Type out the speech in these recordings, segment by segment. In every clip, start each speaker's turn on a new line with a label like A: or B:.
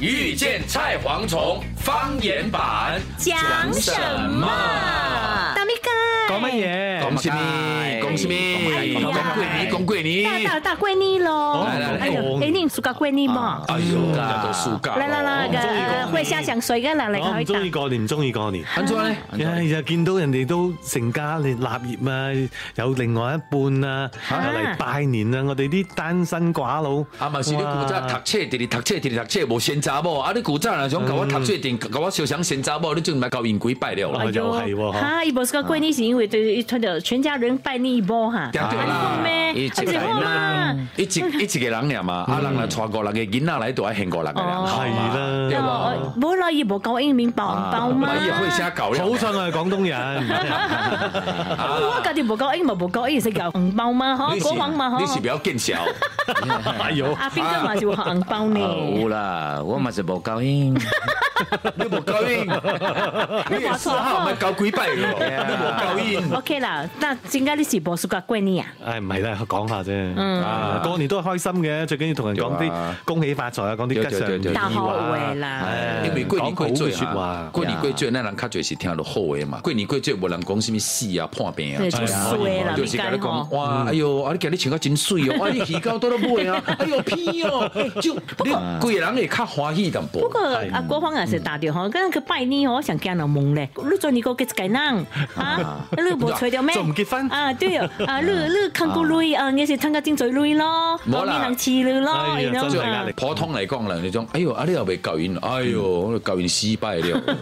A: 遇见菜蝗虫方言版，
B: 讲什么？大咪哥，
C: 讲乜嘢？
D: 恭喜你，恭喜你，
B: 恭喜
D: 恭贵你，恭贵你！
B: 哎大大大闺女喽！
D: 来来来
B: 哎呦，哎，你唔熟个闺女嘛？
D: 哎呦，那都输噶。
B: 嚟嚟嚟，
C: 講
B: 個會下上水嘅能力
C: 我
B: 可
C: 唔
B: 以
C: 中意過年，唔中意過年。
D: 安卓咧，
C: 唉，就見到人哋都成家立業啊，有另外一半啊，又嚟拜年啊，我哋啲單身寡佬
D: 啊，咪是你古早讀冊，直直讀冊，直直讀冊，無先查某。啊，你古早若想甲我讀冊，定甲我相想先查某，你真唔係教因幾拜了啦。
C: 哦又係喎
B: 哎哈！一波是個闺女，是因為對佢哋全家人拜你一波哈。
D: 對啦
B: 咩？
D: 一
B: 啊最好啦，
D: 一一 一個人爾嘛，
B: 嗯
D: 啊，人若娶五六個囡仔嚟，都係限五六個人。
C: 係
D: 對
C: 啦，
B: 哦，冇攞一波高英明包
D: 啊
B: 包嘛。
D: 咪會寫教了。
C: 好彩我係廣 東人，
B: 啊我家啲冇高英，冇冇高英識有紅包嘛？嗬，國哦王嘛？
D: 你是比
B: 嗬。啊
D: 較見笑。
C: 哎呦，
B: 阿邊個話要紅包呢？
E: 有啦，我嘛是无高音，
D: 你啊無教應，你也是哈，咪教幾拜嘅
B: 哎
D: 喎，你無教應。
B: 啊 OK 啦，那點解你是冇熟個闺女啊？
C: 唉唔係啦，講下啫。啊過年都係開心嘅，最緊要同人講
D: 對
C: 啲
D: 啊
C: 恭喜發財啊，講啲吉祥如意
B: 大學
C: 話
B: 會。啦，
C: 唉
D: 因為過年過
C: 講好嘅
D: 節
C: 説話
D: 啊，過年過節咱人較濟是聽到好嘅嘛。過年過節無人講什物死啊、破病啊
B: 對，，就衰啦，
D: 就
B: 你
D: 是
B: 家
D: 甲你
B: 啲嗬
D: 講，。哇，哎呦，啊你今日穿到真水哦，啊你魚膠倒咧買 啊，哎呦屁哦，就你規個人會較歡喜淡
B: 不
D: 薄
B: 過。阿國芳也是打掉嗬，跟住佢拜年我想驚到懵咧，你做你個嘅仔能啊，你冇除掉咩？
C: 仲唔結婚
B: 啊？對啊，啊你你坑過女啊，你是參加精嘴女咯，哦
D: 冇
B: 講
D: 啦
B: 你能似女咯，啊
C: 哎呀
B: 你
C: 真
B: 知
C: 係
B: 道
C: 壓
B: 嗎
C: 力
D: 普通嚟講啦，你種，哎呦，啊你又未教完，哎呦，我教完失敗了， 啊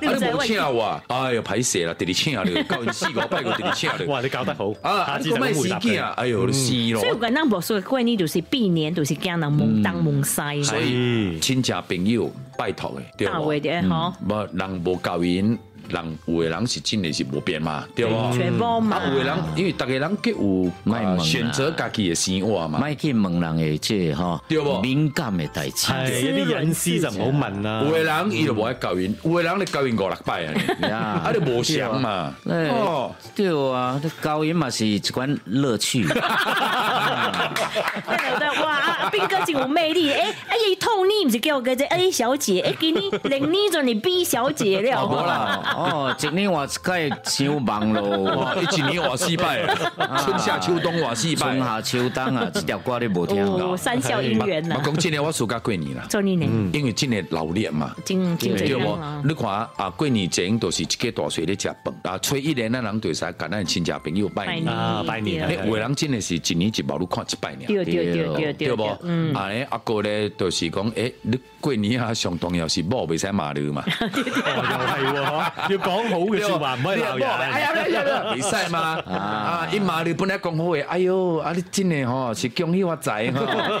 D: 你
B: 唔知
D: 冇
B: 為
D: 請我啊，哎呦歹勢啦，第二請你，教完四五拜個第二請你，
C: 哇，你教得好，
D: 啊
C: 下
D: 啊
C: 次
D: 你個
C: 就咁
D: 咩
C: 回
D: 事
C: 答
D: 件啊
C: 你，。
D: 哎呦你死咯
B: 所以。我講咱無所怪你就是避年，就是驚到懵當懵西
D: 所
B: 啦，
D: 以親戚朋友拜託嘅，對
B: 大
D: 無
B: 位啲嗬，
D: 无人無教因，人有的人是真的是無變嘛，對無？
B: 全部嘛
D: 啊，。有的人因為逐個人皆有
E: 莫問啦
D: 選擇家己嘅生活嘛，
E: 莫去问人的这吼
D: 對不
E: 敏感的代志。
C: 係一啲隱私就唔好問啦。
D: 有的人伊就無愛教因，有的人你教因五六擺啊，
E: 呀
D: 啊你無想嘛，
E: 哎
D: 哦，
E: 对啊，这高音嘛是一款乐趣。嗯
B: 我就覺得哇，阿斌哥真有魅力！哎哎呀，透你唔是叫我個只 A 小姐，哎，今年零年就你 B 小姐了。
E: 无啦，哦，一年我一届上网咯
D: 哇，，一年活四擺啊，春夏秋冬活四擺
E: 春。夏秋冬啊，这条歌你无听
B: 哦，
E: 到。
B: 三笑姻缘啊
D: 我
B: 呐，
D: 講真的，我暑假過年啦，
B: 做你
C: 嗯
B: 呢？
D: 因為真的劳力嘛。
B: 真真
D: 对
B: 济人
D: 无
B: 啊，，
D: 你看啊，过年前就是一家大水咧食饭，啊，初一咧咱人就是甲咱亲戚朋友拜年。
C: 啊拜年
D: 你
C: 啊
B: 对
D: 有的人真的是一年一毛，你看一摆年，
B: 对对对对对
D: 对不
B: 对，？嗯，
D: 啊，咧阿哥咧就是讲，诶，你过年啊上重要是某袂使骂你 嘛，
C: 哦，又係喎，要講好嘅説話，唔可以鬧
D: 哎
C: 人。
D: 呀，哎呀， 袂使嘛，啊，伊骂你本来讲好嘅，哎哟，啊你真的吼是恭喜我仔 吼，啊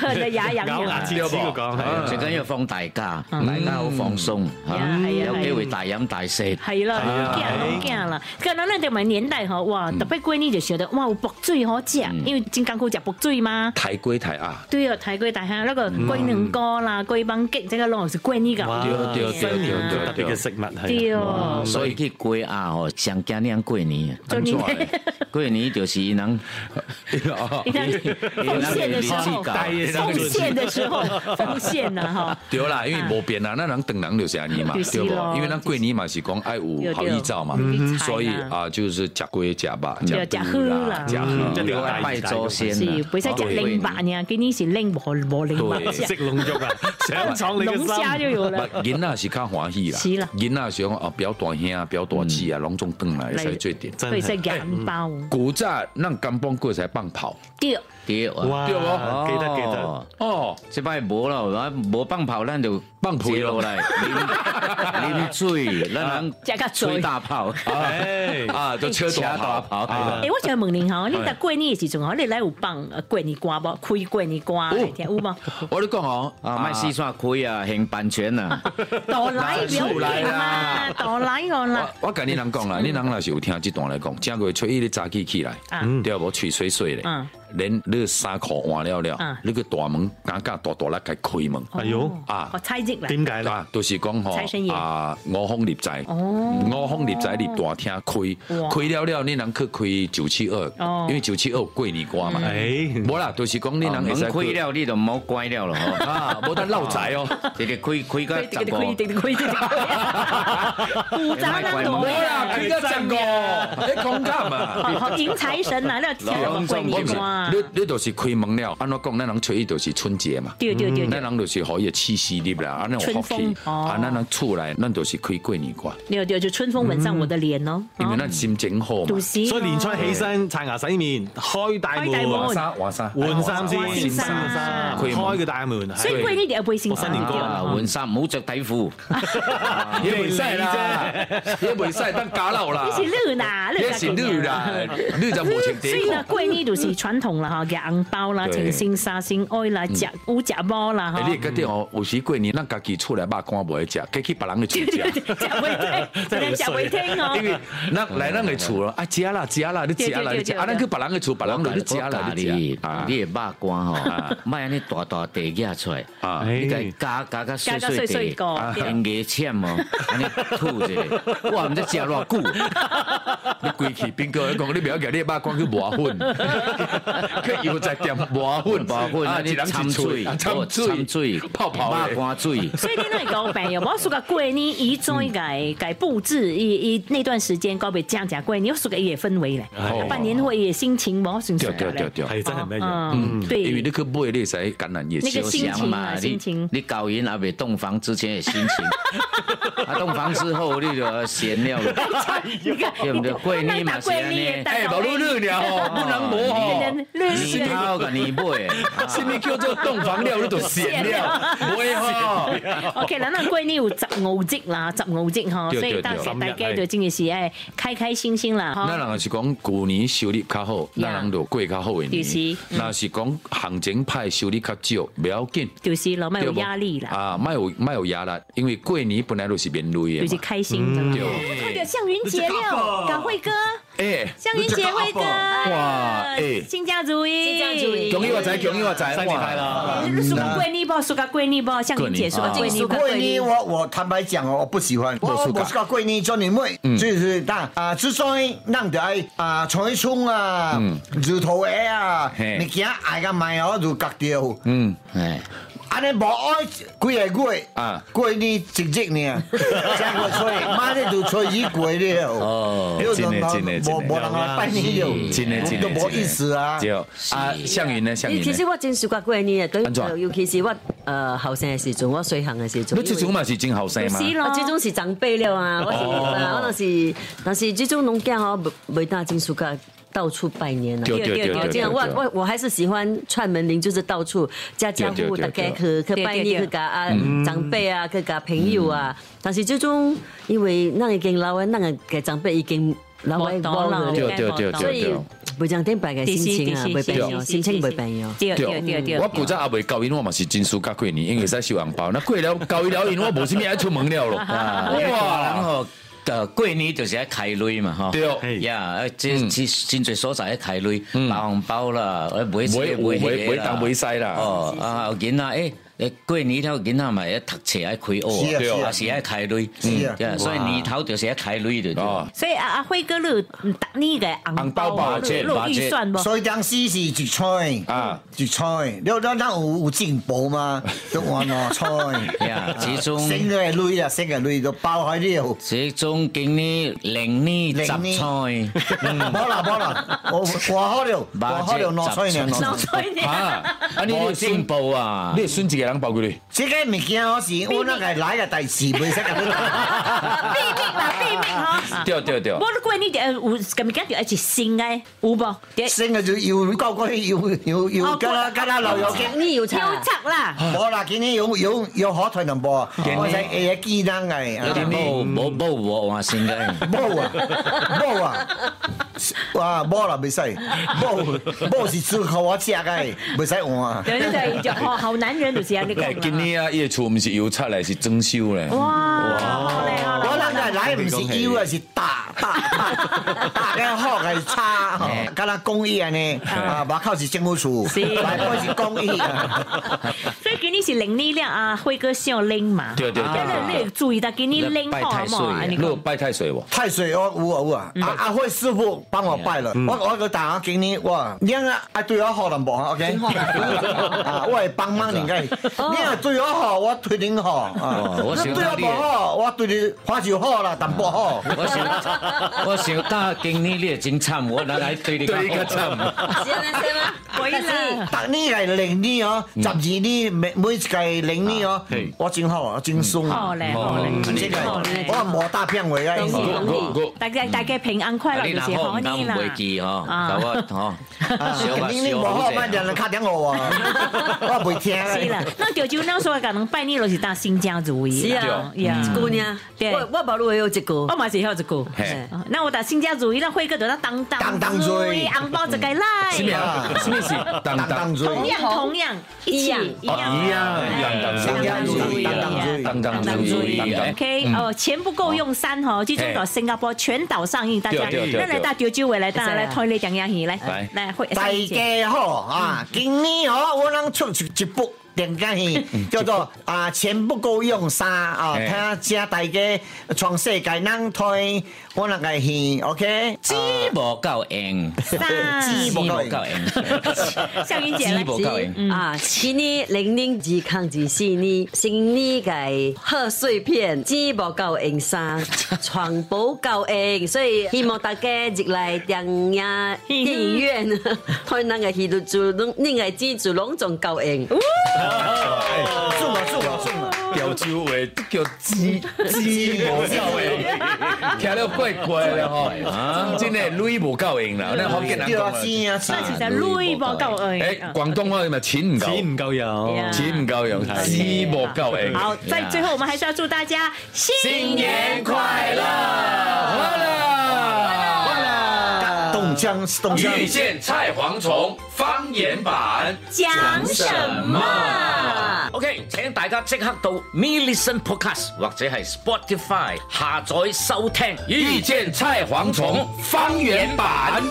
B: 呵 得 牙痒
C: 咬牙
B: 痒。
C: 切齒嘅講係，
E: 最緊要放大假，大家好放鬆，
B: 呀
E: 嚇
B: 係啊
E: 有
B: 係啊
E: 機會大飲大食。
B: 系
C: 啊
B: 啦，啊
C: 哎
B: 惊惊啦！可能咱哋咪年代嗬，哇，
C: 嗯
B: 特别闺女就晓得，哇，有薄水可食，因为真艰苦食薄水嘛。
D: 抬归抬 啊，
B: 对哦，太贵大乡那個龟苓膏啦、龟棒戟，这个拢是闺女噶。
C: 嗯哇
D: 對對對
C: 新年最特別嘅食物
B: 对
C: 係啊。
B: 哦，
E: 所以去過啊吼，上驚人過年啊，
B: 做你呢？
E: 過年就是人
B: 你看奉献的时候，奉
C: 啊
B: 献的时候， 奉啊献呐哈。
D: 对啦，因为无变啊，咱人等人就是安尼嘛，
B: 就是
D: 对不
B: 咯？
D: 因为咱过年嘛是讲爱有好预兆嘛
B: 对对，
D: 嗯所以
B: 嗯
D: 啊就是食鸡、食肉、
B: 对
D: 食
B: 吃
D: 猪
B: 喝啦
D: 食喝
C: 嗯即係
D: 啦。
C: 大
E: 哦 拜祖先
B: 是
E: 啊，
B: 袂使食零八呢，今年是零无无零八
D: 對
C: 食龍肉啊，想闖你嘅
B: 龙虾就
C: 心。
B: 有了。
D: 不 囡仔是较欢喜啦，
B: 是啦嗯
D: 囡仔想啊，表大兄、表大姊啊，拢总转来
B: 來
D: 使做点。
C: 真
B: 会
C: 係
B: 使眼包，
D: 古早咱甘榜过才放炮
B: 对，
E: 對啊
C: 哇，
D: 對喎
C: 記得記得
E: 哦，
D: 哦，
E: 即擺無啦，無放炮，咱就
D: 放屁
E: 坐落來，啉啉水，咱人
B: 食較醉
E: 吹大炮，
C: 唉，
D: 啊， 就车
E: 車
D: 大
E: 大炮
D: 炮啊，
B: 诶，我想问你吼，你搭过年的时阵吼，你来有放呃过年歌无？开过年歌来听有无？
D: 我咧讲哦，
E: 啊，莫四散開啊，行版權啊，
B: 倒来不要紧嘛，倒来我啦，
D: 啊我我甲你人讲啦，你人若是有听这段来讲，正月初一你早起起来
B: 啊，
D: 对无？吹水水咧
B: 嗯，
D: 连你衫裤换了了
B: 啊，
D: 你个大门敢敢大大力开开门
C: 哎呦
D: 啊
B: 我哦猜忌啦，
C: 點解咧？
D: 啊，就是讲吼
B: 財神爺
D: 啊，五方立财，
B: 哦
D: 五方立财立大厅开，
B: 哇
D: 开了了，你人去开九七二
B: 哦，嗯
D: 因为九七二有过年歌嘛，
C: 哎，
D: 无啦，就是讲你人
E: 啊门
D: 会使
E: 开了，你就唔好关了咯。吼
D: 啊，无得漏财 哦。
E: 直直开开
B: 可以可以
E: 到十
B: 可以
E: 五
B: 可，以可以，五张那
D: 无
B: 多
D: 啦， 开到十五，你讲 干嘛？
B: 好好哦迎财神呐，那跳到过
D: 我
B: 年
D: 不是
B: 哇，
D: 你你就是开门了，安怎讲？咱人吹就是春节嘛。
B: 对对对
D: 咱
B: 对
D: 人就是可以气息入啦，安尼有福
B: 春
D: 气
B: 风，哦
D: 啊，咱人厝内咱就是开过年歌，
B: 对对，就春风吻上我的脸哦，
D: 因为
B: 哦
D: 咱心情好嘛
B: 杜。西，
C: 所以年初一起身刷牙洗面，開大
B: 開大
C: 門
B: 門，
D: 衫換衫
C: 換衫先，
B: 換先衫
C: 衫
D: 開門
C: 開個大門，
B: 所以
C: 係
B: 过年你要背新衫
C: 新年歌
B: 對
E: 啊，
B: 哦
E: 換衫唔好着底褲，
D: 也袂使啦，也袂使当家老啦
B: 你，是绿啦，绿
D: 也是女啦，女就无啊情
B: 所以呢
D: 地，。
B: 过年就是传统啦，哈，夹红包啦，
D: 對
B: 请新衫、新爱啦，夹乌夹包啦，哈
D: 哎，，你觉得哦，有时过年咱家己厝内肉干袂食，计去别人嘅厝 食。
B: 夹尾听，真系夹尾听 哦
D: 因。为咱来咱嘅厝咯，啊，食啦食啦，你食啦，你食，啊，咱去别人嘅厝，别人就你食啦，你
E: 你
D: 食啊。
E: 你的肉乾吼，莫安尼大大地夹出來，
D: 啊
E: 你家加加加碎
B: 加加碎
E: 碎
B: 碎
E: 地，
B: 個
E: 啊
B: 對
E: 硬牙籤哦，安尼吐一下，哇，毋知食偌久，
D: 你规气边个讲你不要叫你肉光去磨粉， 去油炸店磨粉，
E: 包括
D: 啊
E: 安尼掺水，
D: 啊
E: 哦
D: 掺水，
E: 掺水，
D: 泡泡的
E: 肉 乾水。
B: 所以你那高白有没有说个过年一中改改布置一一那段时间高白这样讲过，你又说个也氛围嘞
D: 哦，
B: 办啊年会也心情没什么
D: 对对对对，
E: 哎
C: 係真係唔一樣。
B: 嗯，
D: 因为
B: 对
D: 你，去买你使感染也
E: 就想嘛，
B: 那个心情啊心情
E: 你你搞赢阿北洞房之前的 心情，啊，洞房之后你就闲了了，
B: 你看
E: 对不对？过年嘛是安尼，
D: 哎，
B: 哎
D: 无你热了吼，不能磨吼。
E: 你
B: 绿
E: 头甲你买的，啊
D: 什么叫做洞房料？你都闲了，哦袂吼。
B: 哦，OK，咱那过年有十哦五节啦，十五节哈，
D: 對
B: 所
D: 對
B: 以大
D: 對
B: 家
C: 對
B: 大家就真的是哎开开心心啦哦
D: 咱
B: 哈，
D: 人是讲旧年收入较好，咱人就过较好的
B: 就是
D: 年。若是讲行情歹，收入较少，袂要紧。
B: 就是老卖有
D: 对不
B: 压力啦，
D: 啊，卖有卖有压力，因为过年本来就是面累
B: 就
D: 的
B: 是
D: 嘛。嗯
B: 开心的。
D: 对
B: 快点，向云杰了，赶辉哥。
D: 哎，
B: 向云杰辉哥，
D: 哇哎
B: 新家如哎意，
F: 新家如意
D: 恭喜我仔，恭喜我仔，
C: 生日快樂！
B: 苏格贵尼不？苏格贵尼不？向云姐
D: 啊
B: 说贵尼不？
F: 啊桂林，我我坦白讲哦，我不喜欢，我
D: 不喜欢嗯
F: 我是个桂林做你妹，就是但啊，之所以咱就爱啊，捶葱啊，如头鞋啊
D: 嗯嘿，
F: 你惊爱个买哦，如割掉，
D: 嗯，
E: 哎，
F: 安尼无爱几个月
D: 啊
F: 啊，桂林直接呢， 真个吹，妈的都吹一过了，
D: 哦
F: 有
D: 真的真的
F: 无
D: 真的
F: 无人来拜你了，
D: 真的真的
F: 都无意思啊。
D: 对啊，向云呢？向云
F: 其
D: 呢
F: 實？我真是怪過年啊，對
D: 安怎
F: 尤其是我誒後生嘅時陣，我細行嘅時
D: 你这
F: 陣。
D: 种嘛是真后生嘛？哦
B: 是
F: 我
B: 咯，
F: 最終是長輩了啊！我是啊我那是，但是最終農家吼，每大金暑假到處拜年啊。
D: 对对对对
F: 这
D: 对
F: 样，我
D: 对。
F: 我我还是喜欢串门铃，就是到处家家户户
D: 对对
F: 大
D: 对
F: 概去去拜
B: 对对
F: 年，
B: 对
F: 去给啊长辈啊，去给朋友啊。
D: 嗯
F: 但是最终因为那已经老啊，那个给长辈已经老啊
B: 我
F: 老了，
D: 对对对
F: 所
D: 对
F: 以
D: 对。
F: 不讲点白嘅心情啊，袂变
B: 是
F: 样，
B: 是
F: 心情袂变样。
B: 对对对对，
D: 我古早也未教因，我嘛是真暑假过年，因为使收红包。那过了教伊了因，我无啥物爱出门了咯。
E: 哇，然
D: 哇，
E: 后呃过年就是要開镭嘛，吼。
D: 对啊
C: 嘿
E: 呀，即即真侪所在要開镭，包紅包啦，呃
D: 買買
E: 買買買
D: 買東買西啦
E: 哦，啊，有囡仔诶。誒過年頭囡仔咪要讀冊要開
F: 是啊是
E: 學
F: 啊
E: 啊，啊是要開镭，
F: 是啊
E: 嗯所以年頭就是要開镭就對了。
D: 哦，
B: 所以阿阿辉哥，你打你个红包吧，有预算不？
F: 所以当时是煮菜
D: 啊
F: 啊，煮菜，你有咱咱有有进步嘛？都换落菜，
E: 呀始 終
F: 省嘅镭啊，省嘅镭都包喺呢度。
E: 始終今年零年雜菜，
F: 冇啦冇啦，我我好了，我好了，落菜呢，落
B: 老
F: 菜。
B: 吹呢？
D: 啊，你
E: 冇
D: 你
E: 進
D: 孙，
E: 步啊！
D: 你孙一个人包佢你？
F: 即个物件我是我那个来嘅大事，袂使咁样。
B: 秘密啦，哦秘密哈。
D: 对对对
B: 我。过年就呃有咁咪就一起新诶，有不？
F: 升嘅就要高高要要要，加啦加啦留有嘅。
G: 你要查
B: 要拆啦，
F: 冇啦，今年有有有可退能播，我使嘢記得啊嘅。
E: 有啲冇冇冇我話先嘅。
F: 冇啊，冇啊，哇，冇啦，未使，冇冇是只好我食嘅，未使换啊。
B: 对对对，哦，好男人就是安尼
D: 哎，今
B: 讲啦。
D: 年啊，夜厝毋是油漆嘞，是装修嘞。
B: 哦哇，好嘞好嘞，
F: 我那个来唔是腰啊，是打打打打个好还是差？吼
E: 嘿，
F: 敢若公益安尼，啊，外口是政府厝，
B: 是
F: 外口是公益。
B: 啊所以今年是零年了啊，辉哥想零嘛，
D: 对对对
B: 啊
D: 对
B: 你你有注意到今年零
E: 拜
B: 好
E: 太岁
B: 嘛，啊
E: 了
B: 你
D: 你有
B: 讲
D: 拜太岁无？
F: 太水哦，有啊有啊，阿阿慧师傅帮我拜了，我我个打给你哇，你啊啊对我好淡薄啊，OK，啊我会帮忙你个，你啊对我好，我对你好，啊
E: 哦，我
F: 你
E: 想
F: 对
E: 到
F: 我
E: 你
F: 不好，我对你花就好啦，淡薄好，
E: 我想，我想到今年你也真惨，我拿来对你较好
D: 对你较惨
G: 是安尼说吗？
B: 鬼啦
G: 但是
F: 逐年来零年哦，十二年每每一届零年哦，我真好，我真爽，
B: 嗯好嘞，好嘞，
F: 嗯这个
B: 好嘞，
F: 我无大骗话
G: 恭喜
F: 啊。
G: 恭喜！
B: 大家大家平安快
E: 啊
B: 乐
E: 你
B: 就
E: 若
B: 是
E: 好，
B: 好
E: 毋通
B: 你啦
E: 袂。记吼，
B: 啊
E: 甲我吼，小把
F: 啊你你
E: 小
F: 无好，慢点
E: 者
F: 来打电话我，啊我袂听。啊
B: 是啦，那潮州那说讲能拜年就是当新家如意
G: 是
B: 啦，
G: 啊，一
B: 呀
G: 姑娘，
B: 对
G: 我我保罗也有一个
B: 哦我。嘛是晓一句。
G: 嘿
B: 啊那我打新家如意，那辉哥就那当当
F: 当当水
B: 红包就该来，
D: 什么？什么是当
F: 啊当当
D: 当？
F: 水，
B: 同样同样一
G: 一
B: 起
G: 样
B: 一样
D: 哦一样，当当当
F: 当当水，当当水。
D: 当
B: 啊当
D: 注
B: 注
D: 意啊嗯当
B: 意
E: Ờ.
D: 当。
B: ，OK，哦，钱不够用三哦，最终到新加坡全岛上映，大家
D: 哎对对啊对
B: 那来到潮州回来，大家来
G: 对啊
B: 推你讲讲戏，来
D: 来
B: 来会
F: 大家好啊！今年哦，我能出一一部电影戏，叫做啊钱不够用三啊，
D: 嘿
F: 听请大家全世界人推我那个戏，OK？
E: 鸡无够用，
B: 三
F: 鸡无够用
B: 笑云姐
E: 鸡
B: 来，
E: 无够用。
G: 啊，七年零零二抗二四年，新年改贺岁片，钱无够用衫，床不够用，所以希望大家入来电影电影 院看那个戏都做，恁个钱做拢总够用。
F: 送了送了送了，
D: 潮州话叫鸡鸡无够用，听了怪怪的吼，啊真的镭无够用啦，咱福建人
F: 对啊，
D: 讲
F: 钱啊钱
B: 那其实累不够
D: 的，哎
B: 哎，。
D: 广东话嘛钱唔够，
C: 錢唔夠有。
B: 呀
D: 钱唔够用，鸡无够用。
B: 好，在最后我们还是要祝大家新年快
F: 冻僵冻僵。
A: 遇见菜蝗虫方言版，
B: 讲什么？
E: OK，請大家即刻到 Me Listen Podcast 或者係 Spotify 下載收聽。
A: 遇见菜蝗虫方言版。